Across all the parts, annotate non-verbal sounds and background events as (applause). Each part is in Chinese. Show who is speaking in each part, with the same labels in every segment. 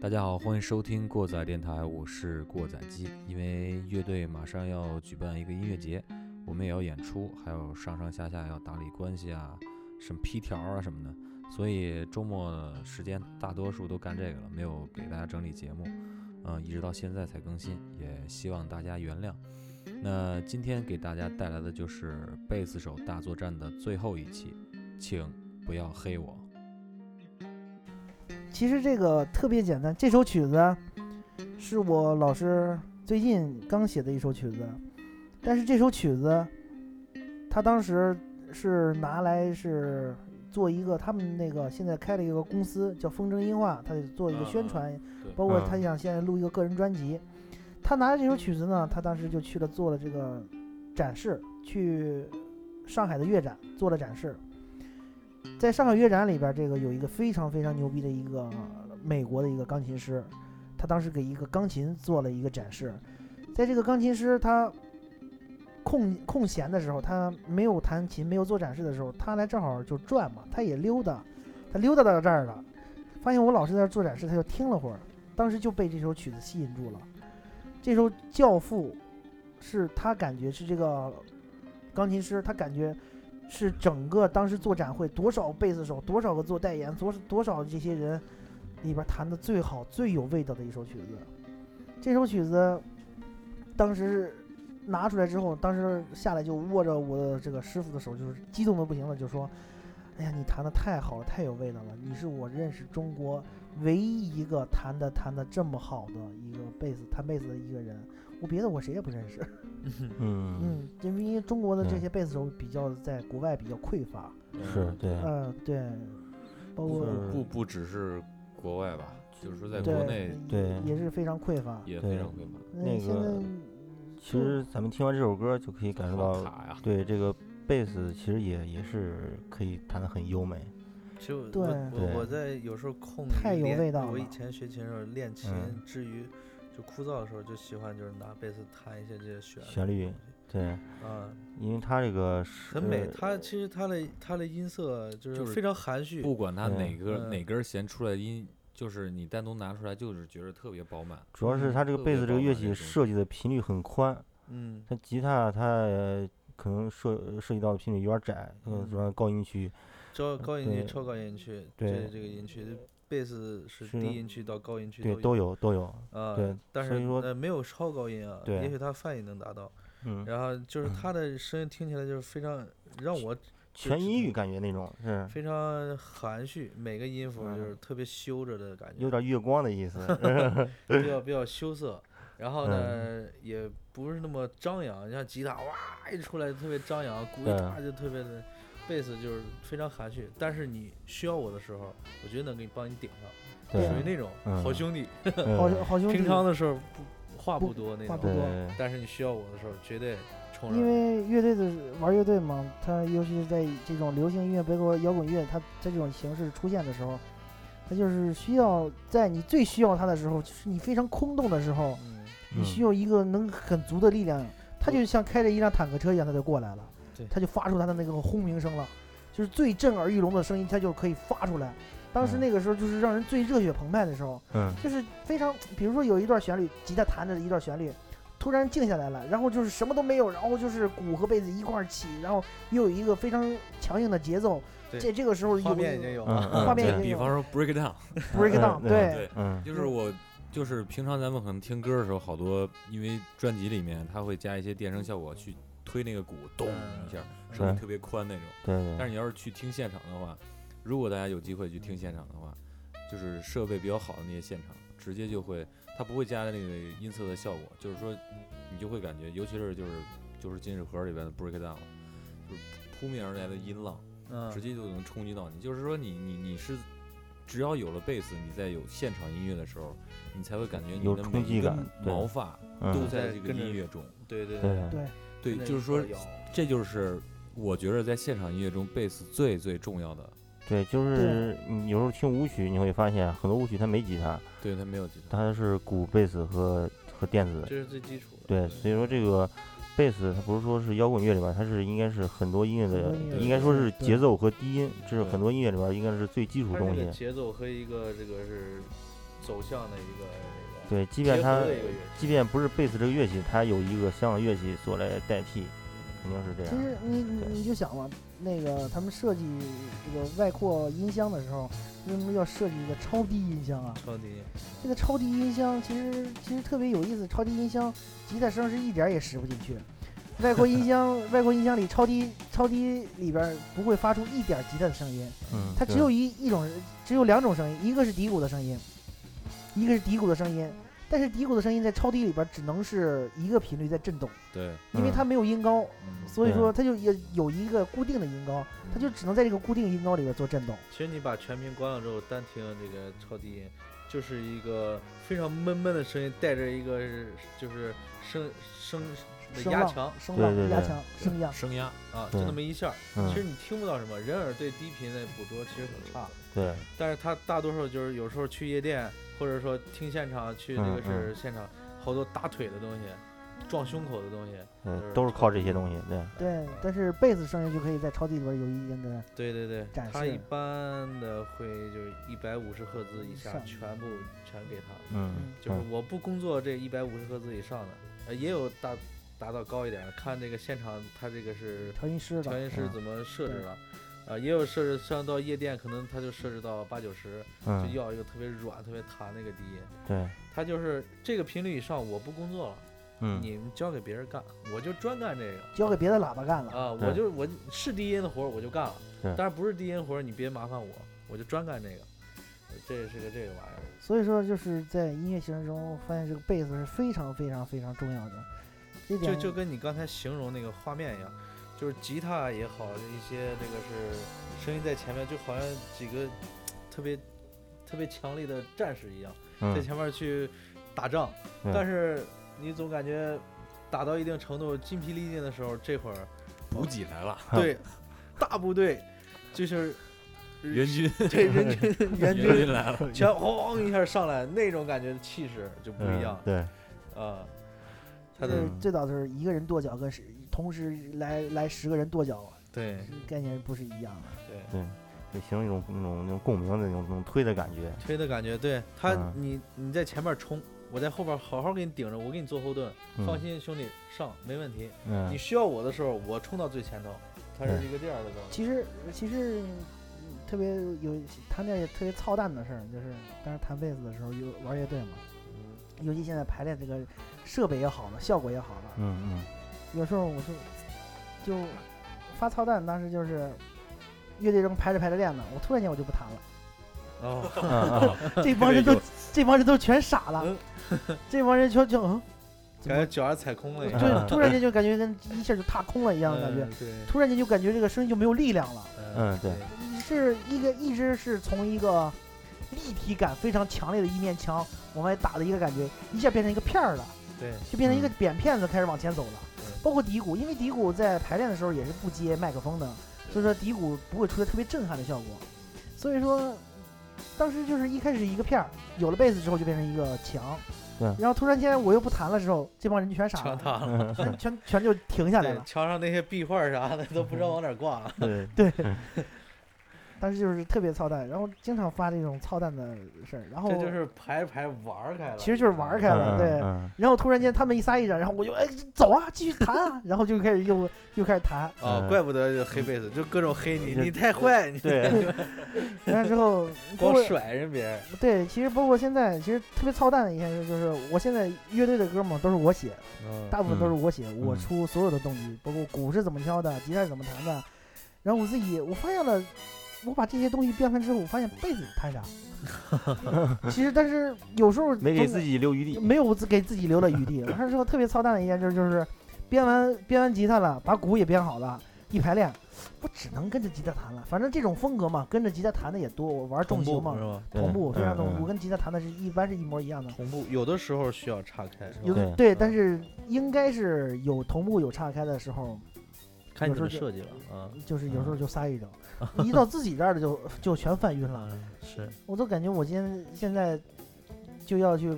Speaker 1: 大家好，欢迎收听过载电台，我是过载机。因为乐队马上要举办一个音乐节，我们也要演出，还有上上下下要打理关系啊，什么批条啊什么的，所以周末时间大多数都干这个了，没有给大家整理节目，嗯、一直到现在才更新，也希望大家原谅。那今天给大家带来的就是贝斯手大作战的最后一期，请不要黑我。
Speaker 2: 其实这个特别简单，这首曲子是我老师最近刚写的一首曲子，但是这首曲子他当时是拿来是做一个他们那个现在开了一个公司叫风筝音画，他得做一个宣传，
Speaker 1: 对
Speaker 2: 包括
Speaker 3: 嗯
Speaker 2: 他想现在录一个个人专辑。他拿着这首曲子呢，他当时就去了做了这个展示，去上海的乐展做了展示。在上海乐展里边，这个有一个非常非常牛逼的一个呃美国的一个钢琴师，他当时给一个钢琴做了一个展示。在这个钢琴师他空空闲的时候，他没有弹琴，没有做展示的时候，他来正好就转嘛，他也溜达，他溜达到这儿了，发现我老师在这儿做展示，他就听了会儿，当时就被这首曲子吸引住了。这首《教父》是他感觉是这个钢琴师，他感觉是整个当时做展会多少贝斯手、多少个做代言、多多少这些人里边弹的最好、最有味道的一首曲子。这首曲子当时拿出来之后，当时下来就握着我的这个师傅的手，就是激动的不行了，就说：“哎呀，你弹的太好了，太有味道了！你是我认识中国唯一一个弹的弹的这么好的一个贝斯弹贝斯的一个人。我别的我谁也不认识。
Speaker 3: 嗯，
Speaker 2: 嗯，因为因为中国的这
Speaker 3: 嗯
Speaker 2: 些贝斯手比较在国外比较匮乏。
Speaker 3: 是对，
Speaker 2: 嗯，对，包括
Speaker 3: 是
Speaker 1: 不不只是国外吧，就是说在
Speaker 2: 对
Speaker 1: 国内
Speaker 3: 对
Speaker 2: 也是非常匮乏。
Speaker 1: 也
Speaker 3: 对
Speaker 1: 非常匮乏。
Speaker 2: 嗯
Speaker 3: 那
Speaker 2: 现
Speaker 3: 个
Speaker 2: 在
Speaker 3: 其实咱们听完这首歌就可以感受
Speaker 1: 好
Speaker 3: 到，
Speaker 1: 卡呀，
Speaker 3: 对这个贝斯其实也也是可以弹得很优美。
Speaker 4: 其实我
Speaker 2: 对
Speaker 4: 我
Speaker 3: 对
Speaker 4: 我在有时候空
Speaker 2: 太
Speaker 4: 余
Speaker 2: 有
Speaker 4: 练
Speaker 2: 味道
Speaker 4: 我以
Speaker 2: 了
Speaker 4: 前学琴的时候练琴
Speaker 3: 嗯，
Speaker 4: 至于就枯燥的时候，就喜欢就是拿贝斯弹一些这些旋
Speaker 3: 旋律
Speaker 4: 律的
Speaker 3: 对，
Speaker 4: 东西啊，
Speaker 3: 因为它这个是
Speaker 4: 很美。它其实它的它的音色就
Speaker 1: 就是是
Speaker 4: 非常含蓄，
Speaker 1: 不管它哪
Speaker 3: 嗯
Speaker 1: 根
Speaker 4: 嗯
Speaker 1: 哪根弦出来的音，就是你单独拿出来，就是觉得特别饱满。
Speaker 3: 主要是它这个
Speaker 1: 特
Speaker 3: 贝
Speaker 1: 别
Speaker 3: 斯这个
Speaker 1: 饱
Speaker 3: 乐
Speaker 1: 满这个
Speaker 3: 器
Speaker 1: 东西
Speaker 3: 设计的频率很宽，
Speaker 4: 嗯，
Speaker 3: 它吉他它呃可能涉涉及到的频率有点窄，嗯，
Speaker 4: 嗯
Speaker 3: 主要高音区，
Speaker 4: 超高音区、
Speaker 3: 嗯对
Speaker 4: 超高音区，
Speaker 3: 对
Speaker 4: 这这个音区，贝斯是
Speaker 3: 是
Speaker 4: 低音区到高音区
Speaker 3: 对，
Speaker 4: 都
Speaker 3: 都有都有，
Speaker 4: 啊，
Speaker 3: 对
Speaker 4: 但是
Speaker 3: 所以说
Speaker 4: 呃没有超高音啊，
Speaker 3: 对
Speaker 4: 也许它泛音能达到，
Speaker 3: 嗯，
Speaker 4: 然后就是它的声音听起来就是非常让我
Speaker 3: 全
Speaker 4: 只
Speaker 3: 音
Speaker 4: 能
Speaker 3: 域感觉那种是
Speaker 4: 非常含蓄，每个音符
Speaker 3: 嗯
Speaker 4: 就是特别羞着的感觉，
Speaker 3: 有点月光的意思，
Speaker 4: 比较比较羞涩，然后呢也不是那么张扬，你像吉他哇一出来就特别张扬，鼓一
Speaker 3: 对
Speaker 4: 打就特别的，贝斯就是非常含蓄，但是你需要我的时候，我觉得能给你帮你顶上，
Speaker 3: 对
Speaker 4: 属于那种
Speaker 3: 嗯
Speaker 4: 好兄弟，
Speaker 2: 好
Speaker 3: 嗯
Speaker 2: 好兄弟
Speaker 4: 平，常的时候不话不多那
Speaker 2: 话
Speaker 4: 种，
Speaker 2: 不多
Speaker 3: 对。
Speaker 4: 但是你需要我的时候绝对冲上
Speaker 2: 因
Speaker 4: 来，
Speaker 2: 为乐队的玩乐队嘛，他尤其是在这种流行音乐包括摇滚乐，它在这种形式出现的时候，它就是需要在你最需要它的时候，就是你非常空洞的时候，
Speaker 4: 嗯，
Speaker 2: 你需
Speaker 3: 嗯
Speaker 2: 要一个能很足的力量，它就像开着一辆坦克车一样，它就过来了
Speaker 4: 对，
Speaker 2: 它就发出它的那个轰鸣声了，就是最震耳欲聋的声音，它就可以发出来。当时
Speaker 3: 嗯
Speaker 2: 那个时候就是让人最热血澎湃的时候，
Speaker 3: 嗯，
Speaker 2: 就是非常，比如说有一段旋律，吉他弹着一段旋律，突然静下来了，然后就是什么都没有，然后就是鼓和贝斯一块儿起，然后又有一个非常强硬的节奏，
Speaker 4: 对
Speaker 2: 这这个时候
Speaker 4: 画
Speaker 2: 有
Speaker 4: 面已经有
Speaker 3: 嗯
Speaker 4: 了，
Speaker 3: 嗯
Speaker 2: 画面
Speaker 3: 对
Speaker 2: 已经
Speaker 1: 比
Speaker 2: 有
Speaker 1: 方说 break down，
Speaker 2: break down，
Speaker 3: 嗯
Speaker 2: 对
Speaker 1: 对，
Speaker 3: 嗯
Speaker 1: 就是我就是平常咱们可能听歌的时候，好多因为专辑里面它会加一些电声效果去推那个鼓，咚一下，声音
Speaker 3: 对
Speaker 1: 特别宽那种。
Speaker 3: 对对，
Speaker 1: 但是你要是去听现场的话，如果大家有机会去听现场的话，就是设备比较好的那些现场，直接就会它不会加那个音色的效果，就是说你就会感觉，尤其是就是就是金纸盒里边的 breakdown，就是扑面而来的音浪，
Speaker 4: 嗯
Speaker 1: 直接就能冲击到你。就是说你你你是只要有了贝斯，你在有现场音乐的时候，你才会感觉你
Speaker 3: 有
Speaker 1: 的
Speaker 3: 冲
Speaker 1: 每
Speaker 3: 击
Speaker 1: 一根
Speaker 3: 感对
Speaker 1: 毛发都
Speaker 3: 嗯
Speaker 1: 在
Speaker 4: 对
Speaker 1: 这个
Speaker 4: 跟着
Speaker 1: 音乐中。
Speaker 4: 对对
Speaker 3: 对
Speaker 2: 对
Speaker 1: 对，就是说这就是我觉得在现场音乐中贝斯最最重要的。
Speaker 3: 对，就是你有时候听舞曲，你会发现很多舞曲它没吉他，
Speaker 1: 对他没有吉他，
Speaker 3: 它是鼓、贝斯和和电子
Speaker 4: 这。是最基础的，
Speaker 3: 对，所以说这个贝斯它不是说是摇滚乐里边儿，它是应该是很多音乐
Speaker 2: 很多
Speaker 3: 的
Speaker 2: 音乐，
Speaker 3: 应该
Speaker 2: 的
Speaker 3: 说是
Speaker 2: 对
Speaker 3: 节奏和低音，这是
Speaker 1: 对
Speaker 3: 很多音乐里边儿应该是最基础
Speaker 4: 它
Speaker 3: 东
Speaker 4: 这个
Speaker 3: 西。
Speaker 4: 节奏和一个这个是走向的一个那个
Speaker 3: 对，即
Speaker 4: 结
Speaker 3: 便
Speaker 4: 合
Speaker 3: 它
Speaker 4: 的一个乐器。
Speaker 3: 即便不是贝斯这个乐器，它有一个相应乐器所来代替，肯定是这
Speaker 2: 其
Speaker 3: 样的。
Speaker 2: 实你你
Speaker 3: 对
Speaker 2: 你就想嘛，那个他们设计这个外扩音箱的时候，为什么要设计一个超低音箱啊？
Speaker 4: 超低，
Speaker 2: 这个超低音箱其实其实特别有意思，超低音箱吉他声是一点儿也拾不进去。外扩音箱，外扩音箱里超低超低里边儿不会发出一点儿吉他的声音，
Speaker 3: 嗯，
Speaker 2: 它只
Speaker 3: 对
Speaker 2: 有一一种，只有两种声音，一个是底鼓的声音，一个是底鼓的声音。但是底鼓的声音在超低里边儿只能是一个频率在震动，
Speaker 1: 对，
Speaker 2: 因为
Speaker 3: 嗯
Speaker 2: 它没有音高，
Speaker 1: 嗯
Speaker 2: 所以
Speaker 3: 对
Speaker 2: 说它就也有一个固定的音高，它就只能在这个固定音高里边做震动。
Speaker 4: 其实你把全屏关了之后，单听这个超低音，就是一个非常闷闷的声音，带着一个是就是声声的
Speaker 2: 声
Speaker 4: 压
Speaker 2: 浪
Speaker 4: 强、
Speaker 2: 声
Speaker 3: 对
Speaker 2: 浪、
Speaker 3: 对
Speaker 2: 压
Speaker 3: 对
Speaker 2: 强、声压，
Speaker 1: 声压，
Speaker 4: 啊，
Speaker 3: 对
Speaker 4: 就那么一下儿。
Speaker 3: 嗯
Speaker 4: 其实你听不到什么，人耳对低频的捕捉其实很差，
Speaker 3: 对
Speaker 4: 但是他大多数就是有时候去夜店，或者说听现场去那
Speaker 3: 嗯
Speaker 4: 个是现场，好多打腿的东西，撞胸口的东西，
Speaker 3: 对，
Speaker 4: 就
Speaker 3: 呃都
Speaker 4: 是嗯
Speaker 3: 是靠这些东西。对，
Speaker 2: 对。但是贝斯声音就可以在超低里边有一定的
Speaker 4: 对对对
Speaker 2: 展，
Speaker 4: 他
Speaker 2: 示
Speaker 4: 一般的会就是一百五十赫兹以下
Speaker 2: 上
Speaker 4: 全部全给他。
Speaker 3: 嗯，
Speaker 4: 就是
Speaker 3: 嗯
Speaker 4: 我不工作这一百五十赫兹以上的，呃，也有大达到高一点的，看这个现场它这个是
Speaker 2: 调音师
Speaker 4: 调
Speaker 2: 的。
Speaker 4: 音师
Speaker 3: 嗯
Speaker 4: 怎么设置
Speaker 2: 对
Speaker 4: 的，啊、也有设置像到夜店可能它就设置到八九十，就
Speaker 3: 嗯，
Speaker 4: 要一个特别软、特别弹那个低音，
Speaker 3: 对，
Speaker 4: 它就是这个频率以上我不工作了，
Speaker 3: 嗯，
Speaker 4: 你们交给别人干，我就专干这个。
Speaker 2: 交给别的喇叭干了，
Speaker 4: 啊，我就我是低音的活儿我就干了，
Speaker 3: 对
Speaker 4: 但是不是低音活儿你别麻烦我，我就专干这个，呃这是个这个玩意儿。
Speaker 2: 所以说就是在音乐形式中，我发现这个贝斯是非常非常非常重要的。这
Speaker 4: 就
Speaker 2: 点
Speaker 4: 就跟你刚才形容那个画面一样，就是吉他也好，一些这个是声音在前面，就好像几个特别特别强力的战士一样，在
Speaker 3: 嗯，
Speaker 4: 前面去打仗，
Speaker 3: 对
Speaker 4: 但是你总感觉打到一定程度筋疲力尽的时候，这会儿
Speaker 1: 补给来了，
Speaker 3: 啊
Speaker 4: 对大部队就是
Speaker 3: (laughs)
Speaker 1: 援军， (laughs)
Speaker 4: 对人均人
Speaker 1: 援
Speaker 4: 均
Speaker 1: 军来
Speaker 4: (laughs)
Speaker 1: 了，
Speaker 4: 全轰一下上来，那种感觉的气势就不一
Speaker 3: 嗯
Speaker 4: 样
Speaker 3: 对，
Speaker 4: 啊。他
Speaker 2: 就
Speaker 4: 的
Speaker 2: 是
Speaker 3: 嗯
Speaker 2: 最早就是一个人跺脚跟十同时来来十个人跺脚，
Speaker 4: 对
Speaker 2: 概念不是一样的。
Speaker 4: 对。
Speaker 3: 就形容一种那种那种共鸣的那种那种推的感觉。
Speaker 4: 推的感觉，对他，
Speaker 3: 嗯
Speaker 4: 你你在前面冲，我在后边好好给你顶着，我给你做后盾，
Speaker 3: 嗯
Speaker 4: 放，心，兄弟上没问题。你
Speaker 3: 嗯，
Speaker 4: 需要我的时候，我冲到最前头，他是一个这样的
Speaker 3: (laughs)
Speaker 4: 状态。
Speaker 2: 其实其实嗯特别有谈点特别操蛋的事儿，就是当时弹贝斯的时候有玩乐队嘛，
Speaker 4: 嗯
Speaker 2: 尤其现在排练这个设备也好了，效果也好了，
Speaker 3: 嗯
Speaker 2: 有时候我就就发操蛋，当时就是乐队中排着排着练呢，我突然间我就不弹了，
Speaker 3: (laughs)
Speaker 4: 哦，
Speaker 3: 嗯，啊
Speaker 2: 这帮人都这帮人都全傻了，这帮人全全嗯，怎
Speaker 4: 感
Speaker 2: 么
Speaker 4: 觉脚上踩空了一
Speaker 3: 嗯
Speaker 2: 就
Speaker 4: 样。
Speaker 2: 突然间就感觉跟一下就踏空了一样的感觉，
Speaker 4: 嗯对，
Speaker 2: 突然间就感觉这个声音就没有力量了。
Speaker 3: 嗯对
Speaker 2: 是一个一直是从一个立体感非常强烈的一面墙往外打的一个感觉，一下变成一个片儿了，
Speaker 4: 对，
Speaker 2: 就变成一个
Speaker 3: 嗯
Speaker 2: 扁片子开始往前走了。
Speaker 4: 嗯
Speaker 2: 包括底鼓，因为底鼓在排练的时候也是不接麦克风的，所以说底鼓不会出来特别震撼的效果。所以说，当时就是一开始一个片儿，有了贝斯之后就变成一个墙
Speaker 3: 对，
Speaker 2: 然后突然间我又不弹了之后，这帮人就全傻
Speaker 4: 墙
Speaker 2: 了，
Speaker 4: 塌了。
Speaker 3: 嗯，
Speaker 2: 全全全就停下来
Speaker 4: (laughs) 对
Speaker 2: 了，。
Speaker 4: 墙上那些壁画啥的都不知道往哪儿挂。
Speaker 2: (laughs)
Speaker 3: 对，
Speaker 2: 对，当时就是特别操蛋，然后经常发这种操蛋的事儿，然后
Speaker 4: 这就是排着排玩儿开了。
Speaker 2: 哦其实就是玩儿开了，
Speaker 3: 嗯
Speaker 2: 对。
Speaker 3: 嗯
Speaker 2: 然后突然间他们一撒一嚷，然后我就哎走啊，继续弹啊，然后就开始又又开始弹，
Speaker 4: 啊，
Speaker 3: 嗯
Speaker 4: 怪不得就黑贝斯，就各种黑你，
Speaker 3: 嗯
Speaker 4: 你太坏，你
Speaker 3: 对，
Speaker 2: 然后之
Speaker 4: (laughs)
Speaker 2: 后包
Speaker 4: 光
Speaker 2: 括
Speaker 4: 甩人别人。
Speaker 2: 对，其实包括现在其实特别操蛋的一件事就是，我现在乐队的歌嘛都是我写，
Speaker 4: 嗯
Speaker 2: 大部分都是我写，我
Speaker 3: 嗯
Speaker 2: 出所有的动机，包括鼓是怎么敲的，吉他是怎么弹的，然后我自己我发现了，我把这些东西变换之后，我发现贝斯弹啥，
Speaker 3: (laughs)
Speaker 2: 其实但是有时候
Speaker 3: 没给
Speaker 2: 总
Speaker 3: 自己留
Speaker 2: (laughs)
Speaker 3: 余地。
Speaker 2: 没有自给自己留了余 (laughs) 地。完事之后特别操蛋的一件事就是，编完编完吉他了，把鼓也编好了，一排练，我只能跟着吉他弹了。反正这种风格嘛，跟着吉他弹的也多，我玩重型嘛
Speaker 4: 是，吧？
Speaker 3: 对
Speaker 2: 同步非常同
Speaker 3: 嗯
Speaker 2: 步，
Speaker 3: 嗯
Speaker 2: 跟吉他弹的是一般是一模一样的。
Speaker 4: 同步，有的时候需要岔开，是吧
Speaker 2: 有的
Speaker 3: 对
Speaker 2: 对，但是应该是有同步有岔开的时候，
Speaker 4: 看你怎么
Speaker 2: 有时候
Speaker 4: 设计了啊。
Speaker 2: 就是有时候就撒 (laughs) 一整，一到自己这儿的就就全犯晕了。
Speaker 4: 嗯，是，
Speaker 2: 我都感觉我今天现在就要去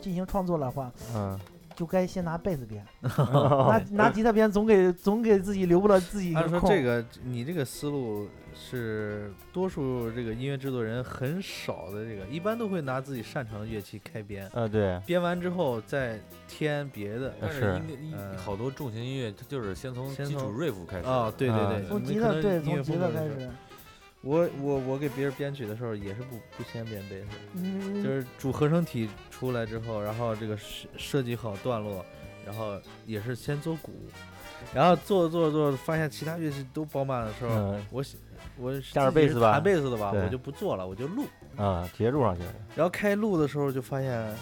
Speaker 2: 进行创作的话，
Speaker 3: 嗯，
Speaker 2: 就该先拿被子编。
Speaker 3: 哦
Speaker 2: 拿拿吉他编总给总给自己留不了自己一
Speaker 4: 按
Speaker 2: 个
Speaker 4: 说
Speaker 2: 空。
Speaker 4: 这个你这个思路是多数这个音乐制作人很少的这个，一般都会拿自己擅长的乐器开编，
Speaker 3: 啊，对，
Speaker 4: 编完之后再添别的。
Speaker 3: 呃
Speaker 1: 但
Speaker 3: 是
Speaker 1: 音乐音
Speaker 4: 呃
Speaker 1: 好多重型音乐，它就是先从
Speaker 4: 先
Speaker 1: 基础
Speaker 4: 从
Speaker 1: riff 开始
Speaker 4: 啊，对对
Speaker 3: 啊
Speaker 4: 对，
Speaker 2: 嗯从
Speaker 4: 你
Speaker 2: 吉
Speaker 4: 可
Speaker 2: 他
Speaker 4: 能
Speaker 2: 对，
Speaker 4: 音
Speaker 2: 从
Speaker 4: 乐
Speaker 2: 吉
Speaker 4: 风
Speaker 2: 他
Speaker 4: 格
Speaker 2: 开
Speaker 4: 的时
Speaker 2: 始，
Speaker 4: 候我我我给别人编曲的时候也是不不先编贝斯，
Speaker 2: 嗯，
Speaker 4: 就是主合成体出来之后，然后这个设设计好段落，然后也是先做鼓，然后做着做着做着发现其他乐器都饱满的时候，
Speaker 3: 嗯
Speaker 4: 我喜我是
Speaker 3: 加点
Speaker 4: 自己
Speaker 3: 贝
Speaker 4: 是
Speaker 3: 斯吧
Speaker 4: 弹贝斯的吧，
Speaker 3: 对
Speaker 4: 我就不做了，我就录。
Speaker 3: 啊，直接录上去了，
Speaker 4: 然后开录的时候就发现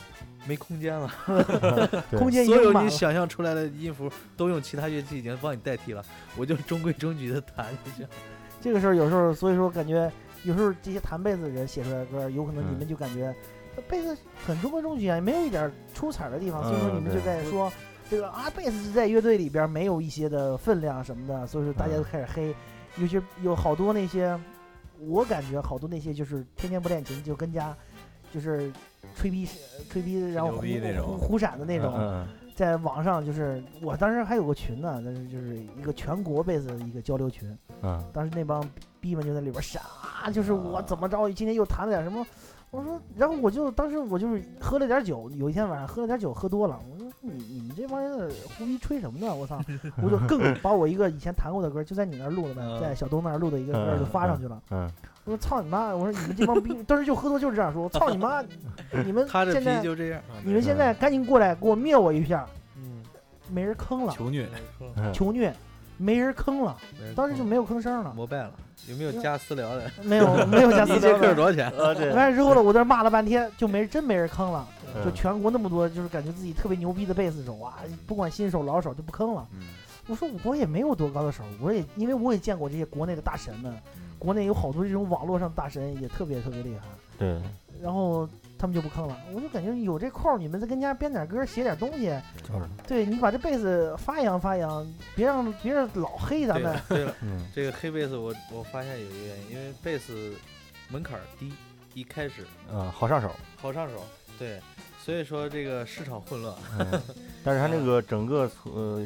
Speaker 4: 没空间了，
Speaker 3: 对
Speaker 2: 空
Speaker 4: (laughs)
Speaker 2: 间已
Speaker 4: 所
Speaker 2: 经
Speaker 4: 有
Speaker 2: 满
Speaker 4: 你
Speaker 2: 了。
Speaker 4: 想象出来的音符都用其他乐器已经帮你代替了，我就中规中矩的弹就行。
Speaker 2: 这个时候有时候，所以说感觉有时候这些弹贝斯的人写出来的歌儿，有可能你
Speaker 3: 嗯
Speaker 2: 们就感觉这贝斯很中规中矩啊，没有一点儿出彩儿的地方，所以说
Speaker 3: 嗯
Speaker 2: 你们就
Speaker 3: 对
Speaker 2: 在说。这个啊，贝斯在乐队里边儿没有一些的分量什么的，所以说大家都
Speaker 3: 嗯
Speaker 2: 开始黑，尤其有好多那些，我感觉好多那些就是天天不练琴，就跟家就是吹逼吹逼，然后
Speaker 1: 牛
Speaker 2: 胡
Speaker 1: 逼那种
Speaker 2: 胡胡闪的那种，
Speaker 3: 嗯
Speaker 2: 在网上就是我当时还有个群呢，但是就是一个全国贝斯的一个交流群，
Speaker 3: 嗯嗯，
Speaker 2: 当时那帮逼们就在里边傻，就是
Speaker 4: 啊
Speaker 2: 我怎么着，今天又谈了点什么。我说，然后我就当时我就是喝了点酒，有一天晚上喝了点酒，喝多了。我说你你们这帮人胡逼吹什么呢？我
Speaker 4: (laughs)
Speaker 2: 操！我就更把我一个以前弹过的歌，就在你那儿录的呗，
Speaker 4: 嗯
Speaker 2: 在小东那儿录的一个歌就发上去了。
Speaker 3: 嗯
Speaker 2: 我说操你妈！我说你们这帮逼，当时就喝多就是这样说，我操你妈！你们
Speaker 4: 他这
Speaker 2: 现
Speaker 4: 皮
Speaker 2: 在
Speaker 4: 就嗯这
Speaker 1: 啊
Speaker 4: 样，
Speaker 2: 你们现在赶紧过来给我灭我一下，
Speaker 4: 嗯，
Speaker 2: 没人坑了，
Speaker 1: 求虐，
Speaker 3: 嗯，
Speaker 2: 求虐，没人坑了，
Speaker 4: 嗯
Speaker 2: 当时就没有吭声了，
Speaker 4: 膜拜了。有没有加私聊的？
Speaker 2: 没有没有加
Speaker 4: 你
Speaker 2: 私
Speaker 4: 一节
Speaker 2: 聊
Speaker 4: 课
Speaker 2: 的
Speaker 4: 是。多少钱？
Speaker 3: 啊对，
Speaker 2: 完了之后呢，我在这骂了半天，就没真没人坑了。
Speaker 3: 嗯
Speaker 2: 就全国那么多，就是感觉自己特别牛逼的贝斯手啊，不管新手老手就不坑了。
Speaker 1: 嗯，
Speaker 2: 我说我也没有多高的手，我也因为我也见过这些国内的大神们，国内有好多这种网络上的大神也特别特别厉害，
Speaker 3: 对，
Speaker 2: 然后他们就不坑了。我就感觉有这空儿，你们再跟家编点歌，写点东西，
Speaker 3: 就是，
Speaker 2: 对你把这贝斯发扬发扬，别让别人老黑咱
Speaker 4: 对
Speaker 2: 们
Speaker 4: 了。对了，
Speaker 3: 嗯
Speaker 4: 这个黑贝斯我我发现有一个原因，因为贝斯门槛儿低，一开始
Speaker 3: 嗯，好上手，
Speaker 4: 好上手，对，所以说这个市场混乱
Speaker 3: 嗯但是它那个整个呃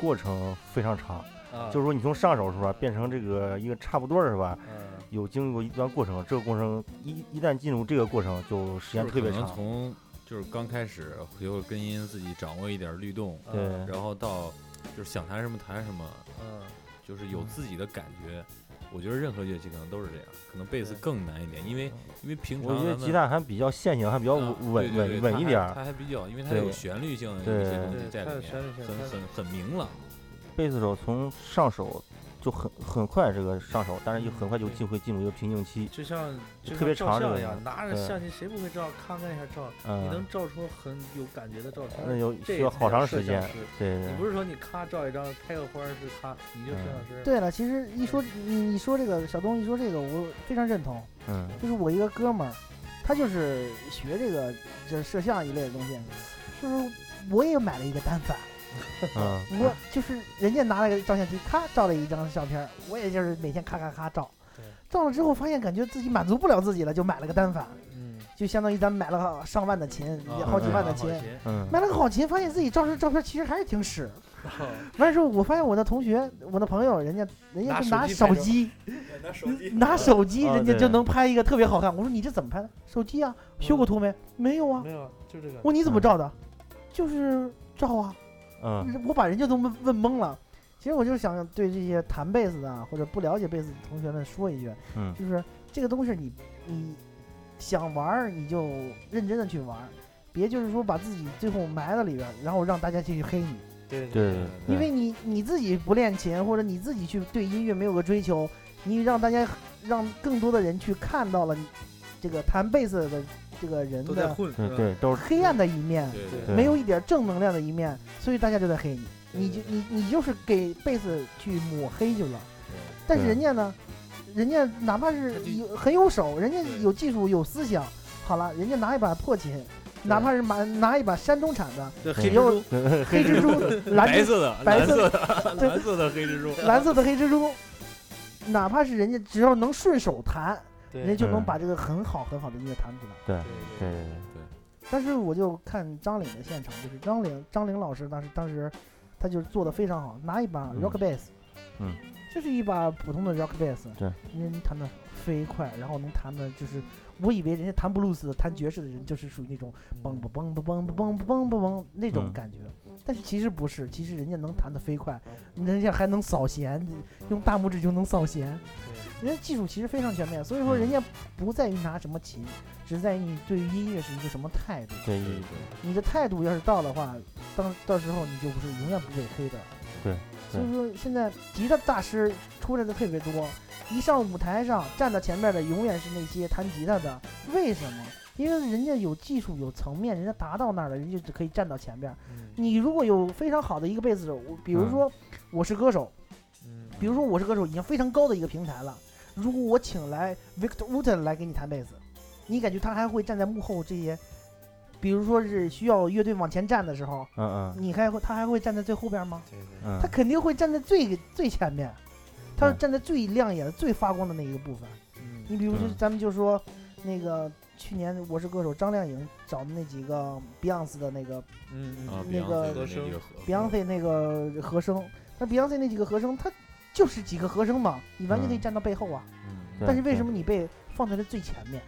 Speaker 3: 过程非常长，
Speaker 4: 啊，
Speaker 3: 就是说你从上手是吧，变成这个一个差不多的是吧？
Speaker 4: 嗯，
Speaker 3: 有经历过一段过程，这个过程一一旦进入这个过程，就时间
Speaker 1: 就是
Speaker 3: 特别
Speaker 1: 可能
Speaker 3: 长。
Speaker 1: 从就是刚开始有根音自己掌握一点律动，
Speaker 4: 嗯
Speaker 3: 对
Speaker 1: 然后到就是想弹什么弹什么，
Speaker 4: 嗯，
Speaker 1: 就是有自己的感觉。我觉得任何乐器可能都是这样，可能贝斯更难一点，因为因为平
Speaker 3: 我
Speaker 1: 常
Speaker 3: 觉得
Speaker 1: 咱们
Speaker 3: 吉他还比较线性，还比较
Speaker 1: 啊
Speaker 3: 稳稳
Speaker 1: 对对对
Speaker 3: 稳稳
Speaker 1: 它
Speaker 3: 一
Speaker 1: 还
Speaker 3: 点儿。
Speaker 1: 它还比较，因为它
Speaker 3: 对
Speaker 1: 有旋律性的
Speaker 3: 对
Speaker 1: 一些东西在
Speaker 4: 对
Speaker 1: 里
Speaker 4: 它有旋律
Speaker 1: 面，
Speaker 4: 性
Speaker 1: 很
Speaker 4: 它是
Speaker 1: 很很明朗。
Speaker 3: 贝斯手从上手就很很快这个上手，但是又很快就进会进入一个瓶颈期。
Speaker 4: 就像就
Speaker 3: 特别
Speaker 4: 像
Speaker 3: 长这
Speaker 4: 照
Speaker 3: 个
Speaker 4: 相一
Speaker 3: 样
Speaker 4: 样，拿着
Speaker 3: 对
Speaker 4: 相机谁不会照？咔咔一下照，你能
Speaker 3: 嗯，
Speaker 4: 照出很有感觉的照片
Speaker 3: 那
Speaker 4: 儿。
Speaker 3: 有
Speaker 4: 这
Speaker 3: 需要
Speaker 4: 才
Speaker 3: 好
Speaker 4: 叫
Speaker 3: 长
Speaker 4: 摄
Speaker 3: 时
Speaker 4: 像
Speaker 3: 间。
Speaker 4: 师
Speaker 3: 对嗯
Speaker 4: 你
Speaker 3: 对
Speaker 4: 不是说你咔照一张开个花儿是咔，你就摄像师。
Speaker 2: 对了，其实一说你你说这个小东一说这个，我非常认同。
Speaker 3: 嗯
Speaker 2: 就是我一个哥们儿，他就是学这个就是摄像一类的东西，就是我也买了一个单反，
Speaker 3: 嗯
Speaker 2: 我就是人家拿了个照相机，咔照了一张照片儿，我也就是每天咔咔咔照
Speaker 4: 对，
Speaker 2: 照了之后发现感觉自己满足不了自己了，就买了个单反，
Speaker 4: 嗯，
Speaker 2: 就相当于咱们买了个上万的琴，也
Speaker 4: 啊
Speaker 2: 好几万的
Speaker 4: 好
Speaker 2: 琴。
Speaker 4: 琴，
Speaker 3: 嗯
Speaker 2: 买了个好琴，发现自己照出照片其实还是挺屎。
Speaker 4: 哦
Speaker 2: 完了之后，我发现我的同学、我的朋友，人家人家就拿
Speaker 4: 拿手
Speaker 2: 手
Speaker 4: 机拍照
Speaker 2: 机
Speaker 4: 拿手机
Speaker 2: 拿手机，
Speaker 3: 啊
Speaker 2: 人家
Speaker 3: 对
Speaker 2: 就能拍一个特别好看。我说你这怎么拍的？手机啊，修过图没？没有啊
Speaker 4: 嗯没。有，就这个。
Speaker 2: 我说你怎么照的？就是照啊。
Speaker 3: 嗯
Speaker 2: 我把人家都问问懵了。其实我就是想对这些弹贝斯的啊，或者不了解贝斯的同学们说一句，
Speaker 3: 嗯
Speaker 2: 就是这个东西你你想玩儿你就认真的去玩儿，别就是说把自己最后埋到里边儿，然后让大家继续黑你。
Speaker 4: 对
Speaker 3: 对
Speaker 4: 对
Speaker 3: 对
Speaker 2: 因为你你自己不练琴，或者你自己去对音乐没有个追求，你让大家让更多的人去看到了你这个弹贝斯的这个人
Speaker 4: 都在
Speaker 2: 的
Speaker 4: 混，
Speaker 3: 对
Speaker 4: 是吧
Speaker 3: 嗯对都是
Speaker 2: 黑暗的一面，
Speaker 1: 对
Speaker 4: 嗯对
Speaker 3: 对
Speaker 2: 没有一点正能量的一面，所以大家就在黑你，
Speaker 4: 对
Speaker 2: 你就你你就是给贝斯去抹黑去了。但是
Speaker 3: 对
Speaker 2: 人家呢，人家哪怕是
Speaker 4: 他就
Speaker 2: 有很有手，人家
Speaker 4: 对
Speaker 2: 有技术有思想，好了，人家拿一把破琴，哪怕是拿拿一把山东产的
Speaker 4: 对
Speaker 3: 对
Speaker 4: 黑蜘
Speaker 2: 有
Speaker 4: 蛛，
Speaker 2: 黑蜘蛛，蓝
Speaker 1: 白
Speaker 2: 蜘
Speaker 1: 色的、
Speaker 2: 白
Speaker 1: 蓝
Speaker 2: 色
Speaker 1: 色的、
Speaker 2: 对
Speaker 1: 蓝色的黑蜘蛛，
Speaker 2: 蓝色的黑蜘蛛，哪怕是人家只要能顺手弹，
Speaker 4: 对
Speaker 2: 人家就能
Speaker 3: 嗯
Speaker 2: 把这个很好很好的音乐弹出来。
Speaker 3: 对
Speaker 4: 对
Speaker 3: 对
Speaker 4: 对
Speaker 3: 对
Speaker 2: 但是我就看张岭的现场，就是张岭张岭老师当时当时他就做的非常好，拿一把
Speaker 3: 嗯
Speaker 2: rock bass，
Speaker 3: 嗯，
Speaker 2: 就是一把普通的 rock bass，
Speaker 3: 对，
Speaker 2: 人家弹的飞快，然后能弹的就是，我以为人家弹布鲁斯、弹爵士的人就是属于那种
Speaker 4: 嗯
Speaker 2: 嘣嘣嘣嘣嘣嘣嘣嘣嘣那种
Speaker 3: 嗯
Speaker 2: 感觉，但是其实不是，其实人家能弹的飞快，人家还能扫弦，用大拇指就能扫弦，人家技术其实非常全面，所以说
Speaker 3: 嗯
Speaker 2: 人家不在于拿什么琴，只在于你对于音乐是一个什么态度。
Speaker 3: 对对
Speaker 2: 你的态度要是到的话，当到时候你就不是永远不被黑的。
Speaker 3: 对
Speaker 2: 所以说现在吉他大师出来的特别多，一上舞台上站在前面的永远是那些弹吉他的，为什么？因为人家有技术有层面，人家达到那儿了，人家只可以站到前边。
Speaker 4: 嗯
Speaker 2: 你如果有非常好的一个贝斯手，我比如
Speaker 3: 嗯
Speaker 2: 说我是歌手，
Speaker 4: 嗯，
Speaker 2: 比如说我是歌手，已经非常高的一个平台了。如果我请来 Victor Wooten 来给你弹贝斯，你感觉他还会站在幕后这些，比如说是需要乐队往前站的时候，
Speaker 3: 嗯嗯
Speaker 2: 你还会他还会站在最后边吗？
Speaker 4: 对对
Speaker 3: 嗯
Speaker 2: 他，肯定会站在最最前面，他是
Speaker 3: 嗯
Speaker 2: 站在最亮眼的、最发光的那一个部分。
Speaker 4: 嗯
Speaker 2: 你比如说
Speaker 3: 嗯，
Speaker 2: 咱们就说那个去年《我是歌手》张靓颖找的那几个 Beyonce 的那个
Speaker 4: 嗯
Speaker 1: 啊
Speaker 4: 嗯，
Speaker 2: 那个
Speaker 1: Beyonce 的那个合
Speaker 2: Beyonce 那个和声，那 Beyonce 那几个和声，他就是几个和声嘛，你完全可以
Speaker 3: 嗯
Speaker 2: 站到背后啊。
Speaker 1: 嗯
Speaker 3: 对
Speaker 2: 但是为什么你被放在了最前面，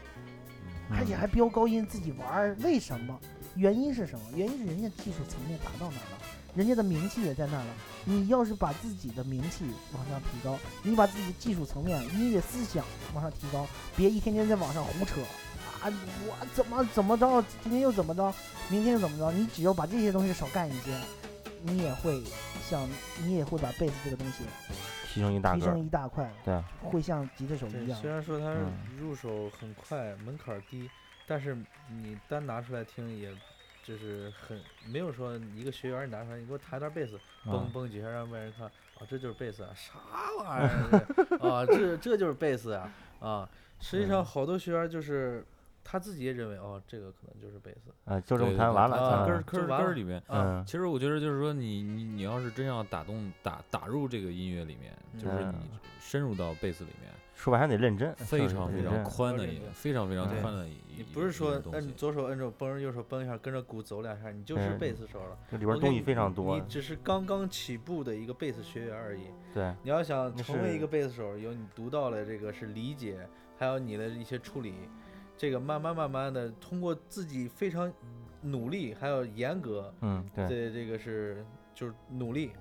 Speaker 1: 嗯
Speaker 2: 而且还飙高音自己玩儿？为什么？原因是什么？原因是人家技术层面达到那儿了，人家的名气也在那儿了。你要是把自己的名气往上提高，你把自己的技术层面、音乐思想往上提高，别一天天在网上胡扯啊！我怎么怎么着，今天又怎么着，明天又怎么着？你只要把这些东西少干一些，你也会像你也会把贝斯这个东西
Speaker 3: 提升一大
Speaker 2: 提
Speaker 3: 个儿
Speaker 2: 升，一大块，
Speaker 3: 对，
Speaker 2: 会像吉他手一
Speaker 4: 对，
Speaker 2: 样
Speaker 4: 虽。然说它
Speaker 3: 嗯
Speaker 4: 入手很快，门槛儿低，但是你单拿出来听也。就是很没有说一个学员儿你拿出来，你给我弹段贝斯，
Speaker 3: 嗯
Speaker 4: 蹦蹦几下让外人看，啊，这就是贝斯啊，啥玩意儿这啊？这这就是贝斯啊啊！实际上
Speaker 3: 嗯
Speaker 4: 好多学员就是他自己也认为哦，这个可能就是贝斯，
Speaker 3: 啊，就这
Speaker 1: 对
Speaker 3: 么
Speaker 1: 对
Speaker 3: 弹
Speaker 1: 对
Speaker 3: 完
Speaker 1: 它根儿
Speaker 3: 了，
Speaker 4: 啊根就
Speaker 1: 根儿根
Speaker 4: 完
Speaker 1: 儿
Speaker 4: 了
Speaker 1: 里面。
Speaker 4: 啊
Speaker 3: 嗯
Speaker 1: 其实我觉得就是说你，你你要是真要打动打打入这个音乐里面，就是
Speaker 3: 嗯
Speaker 1: 你深入到贝斯里
Speaker 3: (laughs)
Speaker 1: 面，
Speaker 3: 说白还得认真，
Speaker 1: 非常
Speaker 3: 得
Speaker 1: 非
Speaker 3: 认
Speaker 1: 常
Speaker 3: 真
Speaker 1: 宽的
Speaker 4: 对
Speaker 1: 一个
Speaker 4: 对
Speaker 1: 非常非常
Speaker 3: 对
Speaker 1: 宽的一，
Speaker 4: 你不是说
Speaker 1: 东西
Speaker 4: 摁，左手摁着嘣，右手嘣一下，跟着鼓走两下，你就是
Speaker 3: 嗯
Speaker 4: 贝斯手了。
Speaker 3: 这里
Speaker 4: 我
Speaker 3: 边
Speaker 4: 跟
Speaker 3: 东西
Speaker 4: 你
Speaker 3: 非常
Speaker 4: 你
Speaker 3: 多
Speaker 4: 你，只是刚刚起步的一个贝斯学员而已。
Speaker 3: 对，
Speaker 4: 你要想
Speaker 3: 那
Speaker 4: 成为一
Speaker 3: 是
Speaker 4: 个贝斯手，有你独到的这个是理解，还有你的一些处理，这个慢慢慢慢的通过自己非常努力，还有严格，
Speaker 3: 嗯对，
Speaker 4: 这这个是就是努力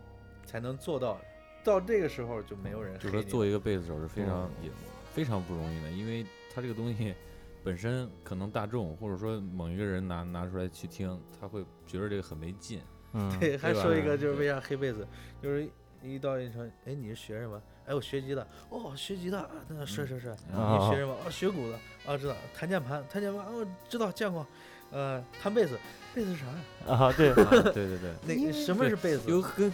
Speaker 4: 才能做到。到这个时候就没有人
Speaker 1: 就是
Speaker 4: 黑
Speaker 1: 说
Speaker 4: 你
Speaker 1: 做
Speaker 4: 了
Speaker 1: 一个贝斯手是非常也非常不容易的，因为他这个东西本身可能大众或者说某一个人拿拿出来去听，他会觉得这个很没劲。
Speaker 3: 嗯
Speaker 4: 对， (laughs) 还
Speaker 1: 对
Speaker 4: 说
Speaker 1: 吧
Speaker 4: 一个就是
Speaker 1: 对
Speaker 4: 为啥黑贝斯，就是一到一说，哎，你是学什么？哎，我学吉他。哦，学吉他，那是是是。
Speaker 1: 啊
Speaker 4: 你
Speaker 3: 啊
Speaker 4: 学什么？啊，学鼓的。啊，知道。弹键盘，弹键盘，哦，知道见过。呃，弹贝斯，贝斯啥呀？
Speaker 3: 啊对，
Speaker 1: 对对对，
Speaker 2: 因
Speaker 4: 那
Speaker 2: 为
Speaker 4: 什么是贝斯？嗯
Speaker 1: 有跟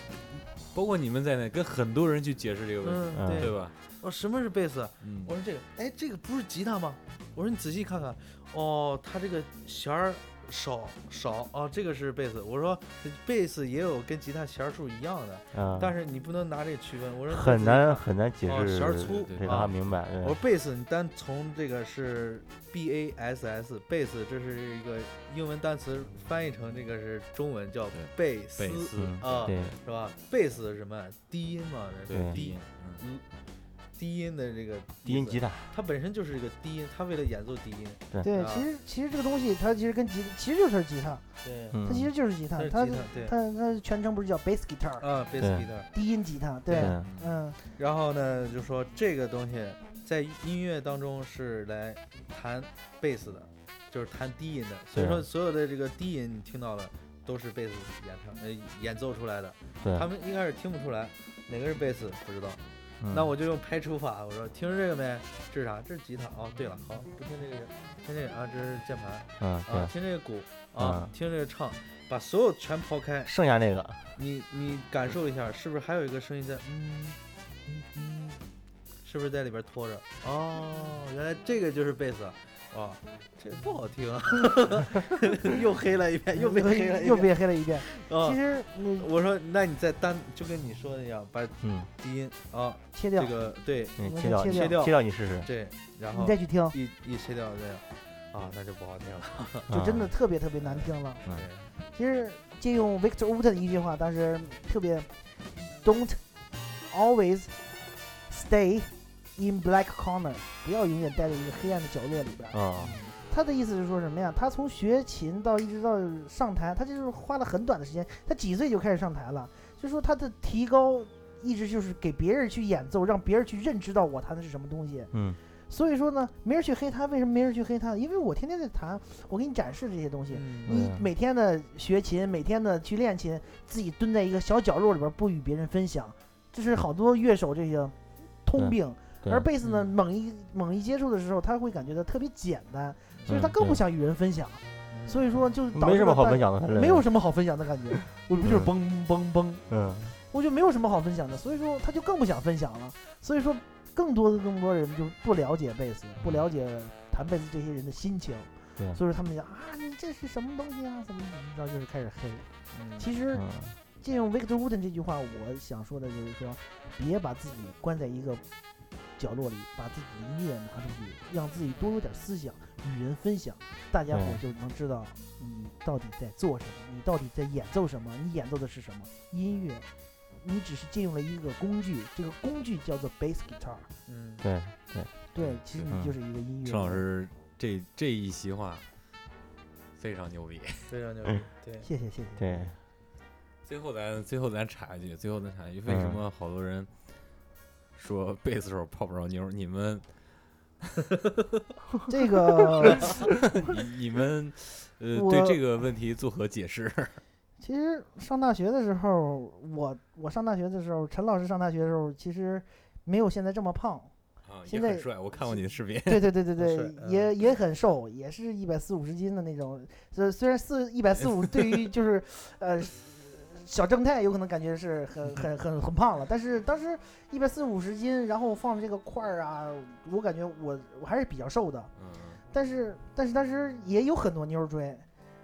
Speaker 1: 包括你们在内，跟很多人去解释这个问题，
Speaker 4: 嗯，
Speaker 3: 嗯
Speaker 1: 对
Speaker 4: 对。
Speaker 1: 吧？
Speaker 4: 哦，什么是贝斯？
Speaker 1: 嗯
Speaker 4: 我，说这个，哎，这个不是吉他吗？我说你仔细看看，哦，它这个弦儿少少哦，这个是贝斯。我说呃贝斯也有跟吉他弦儿数一样的，
Speaker 3: 嗯，
Speaker 4: 但是你不能拿这个区分。我说你
Speaker 3: 很
Speaker 4: 仔细
Speaker 3: 难
Speaker 4: 看
Speaker 3: 很难解
Speaker 4: 哦
Speaker 3: 释，
Speaker 4: 弦儿粗
Speaker 3: 对，让
Speaker 4: 啊
Speaker 3: 他明白，
Speaker 4: 我说
Speaker 3: 对，
Speaker 4: 贝斯，你单从这个是 B A S S，贝斯这是一个英文单词，翻译成这个是中文叫贝斯
Speaker 1: 贝斯
Speaker 3: 嗯
Speaker 4: 啊
Speaker 3: 对，
Speaker 4: 是吧？贝斯是什么？低音嘛，这
Speaker 1: 对
Speaker 4: 是
Speaker 3: 对
Speaker 1: 低
Speaker 4: 低
Speaker 1: 音，嗯
Speaker 4: 嗯低音的这个
Speaker 3: 低音吉
Speaker 4: 他，
Speaker 3: 他，
Speaker 4: 它本身就是一个低音，它为了演奏低音，
Speaker 2: 对，
Speaker 4: 啊
Speaker 2: 其实其实这个东西它其实跟吉其实就是吉他，
Speaker 4: 对，
Speaker 3: 嗯
Speaker 2: 它其实就是吉他
Speaker 4: 它，是
Speaker 2: 它
Speaker 4: 吉他，对，
Speaker 2: 它它全称不是叫 bass guitar，
Speaker 4: 啊，贝斯
Speaker 3: 对
Speaker 4: 吉他。
Speaker 2: 低音吉他，
Speaker 4: 对
Speaker 2: 对，
Speaker 3: 嗯
Speaker 2: 嗯，
Speaker 4: 然后呢，就说这个东西在音乐当中是来弹贝斯的，就是弹低音的。所
Speaker 3: 对
Speaker 4: 以
Speaker 3: 啊
Speaker 4: 说，所有的这个低音你听到的都是贝斯演唱呃演奏出来的。
Speaker 3: 对
Speaker 4: 他，们一开始听不出来哪个是贝斯，不知道。
Speaker 3: 嗯
Speaker 4: 那我就用排除法，我说听这个没？这是啥？这是吉他。哦，对了，好，不听这个，听这个啊，这是键盘
Speaker 3: 嗯
Speaker 4: 啊，
Speaker 3: 对，
Speaker 4: 听这个鼓啊
Speaker 3: 啊，
Speaker 4: 听这个唱，把所有全抛开，
Speaker 3: 剩下那个，
Speaker 4: 你你感受一下，是不是还有一个声音在嗯嗯嗯，是不是在里边拖着？哦，原来这个就是贝斯啊，哦，这不好听啊， (laughs) 又黑了一 (laughs) 遍，又被黑了一遍，
Speaker 2: 又被黑了一遍。
Speaker 4: 啊
Speaker 2: 其。实你
Speaker 4: 我说，那你再单就跟你说的一样，把
Speaker 3: 嗯，
Speaker 4: 低音啊，
Speaker 2: 切掉
Speaker 4: 这，个对
Speaker 3: 你
Speaker 2: 我
Speaker 3: 切
Speaker 2: 先
Speaker 3: 掉，
Speaker 2: 切
Speaker 3: 切
Speaker 4: 掉
Speaker 3: 切掉，你试试，
Speaker 4: 对，然
Speaker 2: 你
Speaker 4: 后
Speaker 2: 再去听，
Speaker 4: 一一切掉这样，啊，那就不好听了。
Speaker 2: 就真的
Speaker 3: 嗯，
Speaker 2: 特别特别难听了。
Speaker 3: 嗯
Speaker 4: 对，
Speaker 2: 其实借用 Victor Wooten 一句话，当时特别，Don't always Stay in black corner，不要永远待在一个黑暗的角落里边儿。
Speaker 3: 啊，
Speaker 2: 他的意思是说什么呀？他从学琴到一直到上台，他就是花了很短的时间。他几岁就开始上台了，就说他的提高一直就是给别人去演奏，让别人去认知到我弹的是什么东西。
Speaker 3: 嗯
Speaker 2: 所以说呢，没人去黑他，为什么没人去黑他？因为我天天在弹，我给你展示这些东西。
Speaker 4: 嗯，
Speaker 2: 你
Speaker 3: 嗯
Speaker 2: 每天的学琴，每天的去练琴，自己蹲在一个小角落里边，不与别人分享，这是好多乐手这个通
Speaker 3: 对
Speaker 2: 病。
Speaker 3: 对
Speaker 2: 而贝斯呢，
Speaker 4: 嗯
Speaker 2: 猛一猛一接触的时候，他会感觉到特别简单，所以他
Speaker 3: 嗯
Speaker 2: 更不
Speaker 3: 对
Speaker 2: 想与人分享，所以说就导
Speaker 3: 没
Speaker 2: 致
Speaker 3: 什么
Speaker 2: 了
Speaker 3: 好
Speaker 2: 大
Speaker 3: 分享的，反正
Speaker 2: 没有什么好分享的感觉，我不就是
Speaker 3: 嗯
Speaker 2: 嘣嘣嘣，
Speaker 3: 嗯
Speaker 2: 我就没有什么好分享的，所以说他就更不想分享了，所以说更多的更多人就不了解贝斯，不了解弹贝斯这些人的心情，
Speaker 3: 对
Speaker 2: 所以说他们讲啊，你这是什么东西啊，怎么怎么着，就是开始黑。
Speaker 4: 嗯
Speaker 2: 其实
Speaker 3: 嗯
Speaker 2: 借用 Victor Wooten 这句话，我想说的就是说，别把自己关在一个角落里，把自己的音乐拿出去，让自己多有点思想，与人分享，大家伙就能知道你到底在做什么，你到底在演奏什么，你演奏的是什么音乐。你只是借用了一个工具，这个工具叫做 bass guitar。
Speaker 4: 嗯，
Speaker 3: 对
Speaker 2: 对，其实你
Speaker 3: 嗯
Speaker 2: 就是一个音乐。
Speaker 1: 陈老，师这这一席话非常牛逼。
Speaker 4: 非常牛逼，对，
Speaker 2: 谢谢谢谢。
Speaker 3: 对，
Speaker 1: 最后咱最后咱插一句，最后咱插一句，为什
Speaker 3: 嗯
Speaker 1: 么好多人说贝斯手泡不着妞儿？你们
Speaker 2: 这个
Speaker 1: 你你们呃
Speaker 2: 我
Speaker 1: 对这个问题作何解释？ (laughs)
Speaker 2: 其实上大学的时候，我我上大学的时候，陈老师上大学的时候，其实没有现在这么胖。
Speaker 1: 啊，也
Speaker 2: 现在
Speaker 1: 很帅，我看过你的视频。
Speaker 2: 对对对对
Speaker 4: 很
Speaker 2: 对，
Speaker 4: 帅
Speaker 2: 也也很瘦，也是一百四五十斤的那种。虽虽然四一百四五对于就是呃小正太有可能感觉是很很很很胖了，但是当时一百四五十斤，然后放这个块儿啊，我感觉我我还是比较瘦的。
Speaker 1: 嗯，
Speaker 2: 但是但是当时也有很多妞儿追，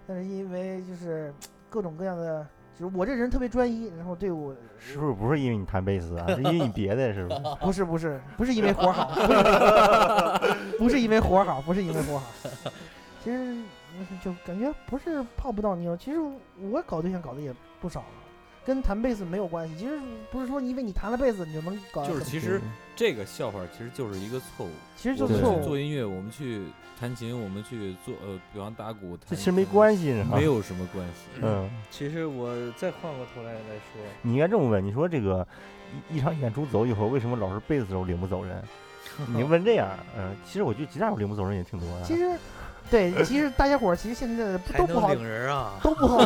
Speaker 2: 但是因为就是各种各样的，就是我这人特别专一，然后对我
Speaker 3: 是不是不是因为你弹贝斯啊？是因为你别的， (laughs) 是不是？
Speaker 2: 不是不是不是因为活儿好，不是因 (laughs) 为活儿好，不是因为活儿好，其实就感觉不是泡不到妞，其实我搞对象搞的也不少了。跟弹贝斯没有关系，其实不是说因为你弹了贝斯你就能搞得
Speaker 1: 就
Speaker 2: 很，
Speaker 1: 是其实这个笑话其实就是一个错误。
Speaker 2: 其实
Speaker 1: 我
Speaker 2: 就
Speaker 1: 们
Speaker 2: 是
Speaker 3: 对
Speaker 2: 错
Speaker 1: 去做
Speaker 2: 误，
Speaker 1: 音乐，我们去弹琴，我们去做呃，比方打鼓，
Speaker 3: 这其实没关
Speaker 1: 系，
Speaker 3: 系，你
Speaker 2: 啊
Speaker 3: 知道吗
Speaker 1: 没？有什么关系。
Speaker 3: 嗯，
Speaker 4: 其实我再换过头来来说，
Speaker 3: 你应该这么问，你说这个一一场演出走以后，为什么老是贝斯手领不
Speaker 4: (laughs)
Speaker 3: 走人？你问这样，嗯，其实我觉得吉他手领不走人也挺多的。
Speaker 2: 其实对，其实大家伙儿其实现在
Speaker 4: 还
Speaker 2: 都不
Speaker 4: 能
Speaker 2: 好
Speaker 4: 领人啊，
Speaker 2: 都不
Speaker 3: (laughs)
Speaker 2: 好，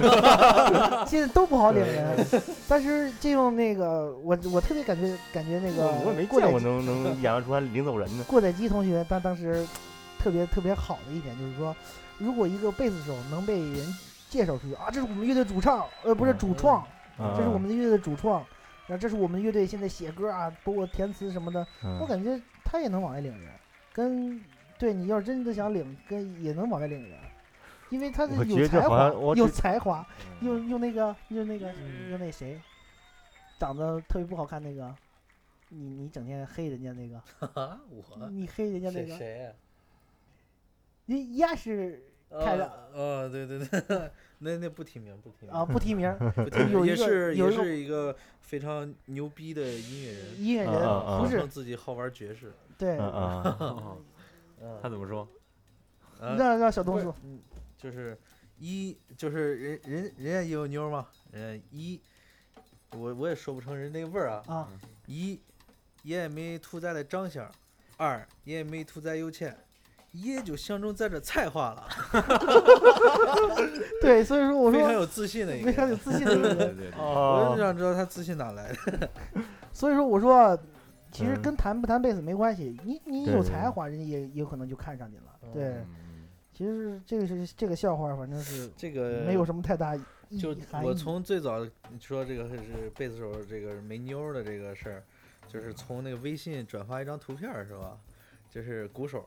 Speaker 2: 现在都不好领人。但是借用那个，我我特别感觉感觉那个
Speaker 3: 我我也没
Speaker 2: 过
Speaker 3: 见
Speaker 2: 载
Speaker 3: 过
Speaker 2: 机
Speaker 3: 能能演完出还领走人的。
Speaker 2: 过载机同学，他当时特别特别好的一点就是说，如果一个贝斯手能被人介绍出去啊，这是我们乐队主唱，呃，不是
Speaker 3: 嗯
Speaker 2: 主创，啊
Speaker 3: 嗯
Speaker 2: 这是我们的乐队的主创，然后这是我们乐队现在写歌啊，包括填词什么的，
Speaker 3: 嗯
Speaker 2: 我感觉他也能往外领人，跟对你要是真的想领，跟也能往外领人，因为他是
Speaker 3: 我觉
Speaker 2: 有
Speaker 3: 得
Speaker 2: 才
Speaker 3: 这好
Speaker 2: 华
Speaker 3: 像，我
Speaker 2: 有
Speaker 3: 这
Speaker 2: 才华。 (laughs)
Speaker 1: 嗯
Speaker 2: 用用那个用那个
Speaker 4: 嗯
Speaker 2: 用那谁，长得特别不好看那个，你你整天黑人家那个，
Speaker 4: 啊，我
Speaker 2: 嗯你黑人家那
Speaker 4: 谁
Speaker 2: 个，
Speaker 4: 谁呀？
Speaker 2: 人家是太
Speaker 4: 呃
Speaker 2: 亮
Speaker 4: 呃，对对对， (laughs) 那那不提名，不提名
Speaker 2: 啊，不提名儿
Speaker 4: 不提名
Speaker 2: 有一
Speaker 4: 也
Speaker 2: 个
Speaker 4: 是
Speaker 2: 有
Speaker 4: 也
Speaker 2: 一个
Speaker 4: 是一个非常牛逼的音乐人，
Speaker 2: 音乐
Speaker 3: 啊啊
Speaker 2: 人，
Speaker 3: 啊
Speaker 2: 嗯不
Speaker 4: 号
Speaker 2: 是
Speaker 4: 称自己好玩爵士，
Speaker 2: 对，
Speaker 3: 嗯
Speaker 4: (laughs)
Speaker 3: 嗯，
Speaker 2: (laughs)
Speaker 1: 哦
Speaker 4: 嗯
Speaker 1: 他怎么说？
Speaker 4: 啊
Speaker 2: 让让小
Speaker 4: 不
Speaker 2: 东
Speaker 4: 是
Speaker 2: 说，
Speaker 4: 嗯，就是一就是人人人家也有妞儿嘛，人家一，我我也说不成人那味儿啊，
Speaker 2: 啊，
Speaker 4: 一，也没吐在了张相，二也没吐在有钱，也就相中在这菜花了，
Speaker 2: 对，所以说我
Speaker 4: 非常
Speaker 2: 说
Speaker 4: 有自信的一个
Speaker 2: 非常有
Speaker 4: 人，
Speaker 2: 自信的一个
Speaker 4: (laughs)
Speaker 1: 对
Speaker 2: 人， (laughs)
Speaker 1: 对对，
Speaker 4: 我就
Speaker 3: 哦，
Speaker 4: 想知道他自信哪来的，
Speaker 2: 所以说我说。其实
Speaker 3: 嗯
Speaker 2: 跟弹不弹贝斯没关系，你你
Speaker 3: 对
Speaker 2: 有
Speaker 3: 对
Speaker 2: 才华，人家也也有可能就看上你了。对，
Speaker 1: 嗯
Speaker 2: 其实这个是这个笑话，反正是
Speaker 4: 这个
Speaker 2: 没有什么太大意义
Speaker 4: 呃就
Speaker 2: 含
Speaker 4: 我
Speaker 2: 义
Speaker 4: 从最早说这个是贝斯手这个没妞儿的这个事儿，就是从那个微信转发一张图片儿是吧？就是鼓手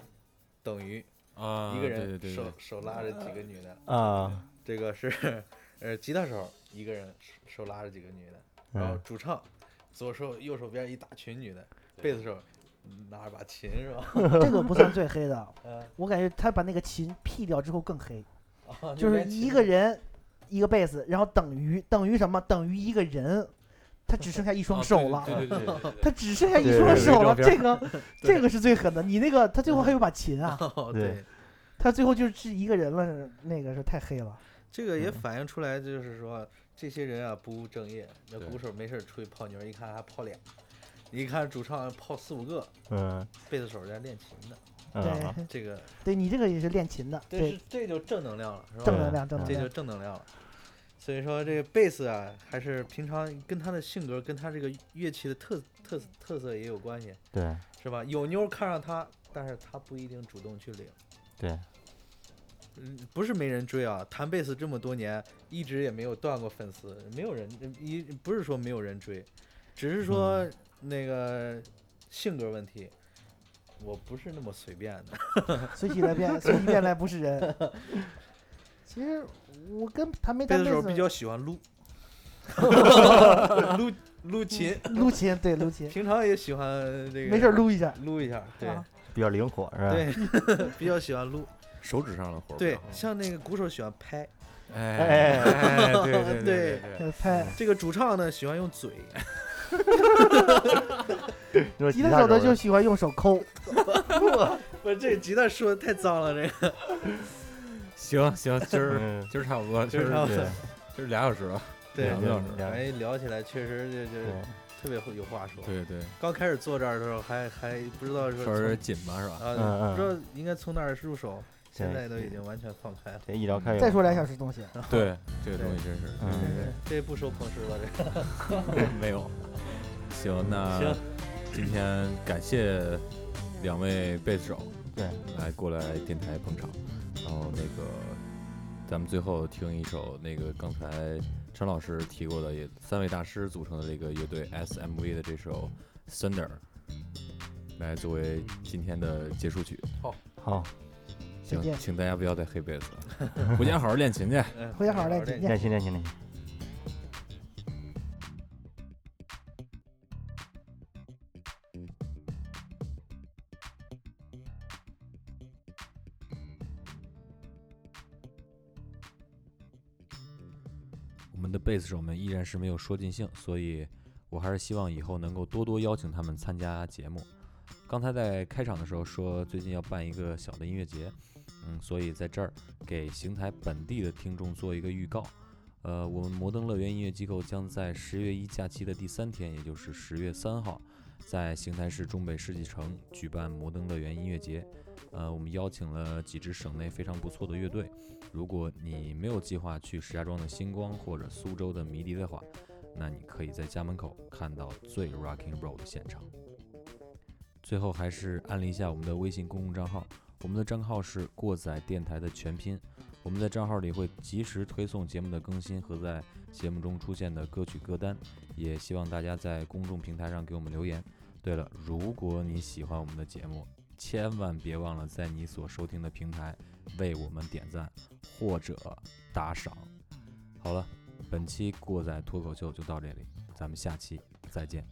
Speaker 4: 等于
Speaker 1: 啊，
Speaker 4: 一个
Speaker 1: 对
Speaker 4: 人
Speaker 1: 对对
Speaker 4: 手
Speaker 1: 对，
Speaker 4: 手拉着
Speaker 2: 呃
Speaker 4: 几个女的，
Speaker 3: 啊，
Speaker 4: 这个是呃吉他手一个人手手拉着几个女的，然后
Speaker 3: 嗯，
Speaker 4: 主唱左手右手边一大群女的，贝斯手拿着把琴是吧？ (laughs)
Speaker 2: 这个不算最黑的，
Speaker 4: 嗯
Speaker 2: 我感觉他把那个琴 P 掉之后更黑，
Speaker 4: 啊，
Speaker 2: 就是
Speaker 4: 连琴
Speaker 2: 一个人一个贝斯，然后等于等于什么？等于一个人，他只剩下一双手了，
Speaker 1: 哦啊对对对对
Speaker 2: (laughs) 他只剩下一
Speaker 3: 对
Speaker 2: 双
Speaker 3: 对对
Speaker 2: 手
Speaker 1: 照
Speaker 2: 了，
Speaker 1: 片
Speaker 2: 这个这个是最狠的。你那个他最后还有把琴
Speaker 3: (laughs)
Speaker 2: 啊，
Speaker 4: (laughs) 哦，
Speaker 3: 对
Speaker 4: 对，
Speaker 2: 他最后就是一个人了，是那个是太黑了。
Speaker 4: 这个也
Speaker 3: 嗯
Speaker 4: 反映出来，就是说这些人啊不务正业，那
Speaker 1: 对
Speaker 4: 鼓手没事儿吹泡妞儿，一看还泡俩，你一看主唱泡四五个，
Speaker 3: 嗯
Speaker 4: 贝斯手在练琴呢，
Speaker 3: 嗯，
Speaker 2: 对，
Speaker 4: 这个
Speaker 2: 对你这个也是练琴的，
Speaker 4: 这
Speaker 2: 对
Speaker 4: 是，这就正能量了，是吧？
Speaker 2: 正能量，正能
Speaker 4: 这
Speaker 2: 量
Speaker 4: 就。正能量了。所以说，这个贝斯啊，还是平常跟他的性格、跟他这个乐器的特特特色也有关系，
Speaker 3: 对
Speaker 4: 是吧？有妞儿看上他，但是他不一定主动去领。
Speaker 3: 对，
Speaker 4: 嗯，不是没人追啊，弹贝斯这么多年，一直也没有断过粉丝，没有人一不是说没有人追，只是说那个性格问题，我不是那么随便的。
Speaker 2: 随起来变，随机变来不是
Speaker 4: (laughs)
Speaker 2: 人。其实我跟弹没
Speaker 4: 贝
Speaker 2: 弹
Speaker 4: 斯
Speaker 2: 贝
Speaker 4: 手
Speaker 2: 斯，
Speaker 4: 比较喜欢撸， (laughs) 撸撸琴，
Speaker 2: 撸琴，对撸琴，
Speaker 4: 平常也喜欢这
Speaker 2: 嗯
Speaker 4: 个
Speaker 2: 没事儿撸一下。
Speaker 4: 撸一下，对、
Speaker 2: 啊
Speaker 3: 比较灵活是吧？
Speaker 4: 对， (laughs) 比较喜欢撸，
Speaker 1: 手指上的活儿不
Speaker 4: 对
Speaker 1: 要，
Speaker 4: 像那个鼓手喜欢拍，
Speaker 1: 哎
Speaker 3: 哎
Speaker 1: 哎对对
Speaker 4: 对
Speaker 1: 对，
Speaker 2: 呃拍
Speaker 4: 这个主唱呢喜欢用 (laughs) 嘴，
Speaker 3: 那么
Speaker 2: 吉
Speaker 3: 吉
Speaker 2: 他
Speaker 3: 他
Speaker 2: 手的
Speaker 3: 的
Speaker 2: 就喜欢用手抠，
Speaker 4: 不是这个吉他说的太脏了，这个
Speaker 1: 行行，今儿
Speaker 3: 嗯，
Speaker 1: 今儿差不多，今
Speaker 4: 今儿差
Speaker 1: 儿
Speaker 4: 不多
Speaker 3: 对
Speaker 1: 今儿俩小时了，
Speaker 4: 对
Speaker 1: 两个小时，哦
Speaker 3: 对
Speaker 4: 反正聊起来确实就就
Speaker 3: 对
Speaker 4: 特别会有话说。
Speaker 1: 对对，
Speaker 4: 刚开始坐这儿的时候还还不知道说
Speaker 1: 稍微有
Speaker 4: 从
Speaker 1: 点紧吧是吧？
Speaker 4: 啊，
Speaker 3: 嗯
Speaker 4: 不知
Speaker 3: 嗯，
Speaker 4: 道应该从哪儿入手，现
Speaker 3: 对
Speaker 4: 在都已经完全放开了。
Speaker 3: 这医疗开源
Speaker 2: 嗯再说俩小时东西。
Speaker 1: 对，这个东西真是，
Speaker 3: 嗯
Speaker 1: 对
Speaker 4: 这不收捧尸了，这
Speaker 1: 对对， (laughs) 没有。行，那
Speaker 4: 行
Speaker 1: 今天感谢两位贝斯手
Speaker 3: 对，
Speaker 1: 来过来电台捧场，然后那个咱们最后听一首那个刚才陈老师提过的，也三位大师组成的这个乐队 SMV 的这首《Thunder》，来作为今天的结束曲。
Speaker 3: 好，
Speaker 1: 行
Speaker 2: 再，见
Speaker 1: 请大家不要再黑贝斯了， (laughs) 回家好好练琴去。
Speaker 4: 嗯
Speaker 2: 回去好好练
Speaker 4: 练
Speaker 2: 琴去
Speaker 4: 琴
Speaker 3: 练习练习练习。
Speaker 1: 我们的贝斯手们依然是没有说尽兴，所以我还是希望以后能够多多邀请他们参加节目。刚才在开场的时候说，最近要办一个小的音乐节，嗯，所以在这儿给邢台本地的听众做一个预告。呃，我们摩登乐园音乐机构将在十月一假期的第三天，也就是十月三号，在邢台市中北世纪城举办摩登乐园音乐节。呃，我们邀请了几支省内非常不错的乐队，如果你没有计划去石家庄的星光或者苏州的迷笛的话，那你可以在家门口看到最 rocking roll 的现场。最后还是安利一下我们的微信公共账号，我们的账号是过载电台的全拼。我们在账号里会及时推送节目的更新和在节目中出现的歌曲歌单，也希望大家在公众平台上给我们留言。对了，如果你喜欢我们的节目，千万别忘了在你所收听的平台为我们点赞。或者打赏。好了，本期过载脱口秀就到这里，咱们下期再见，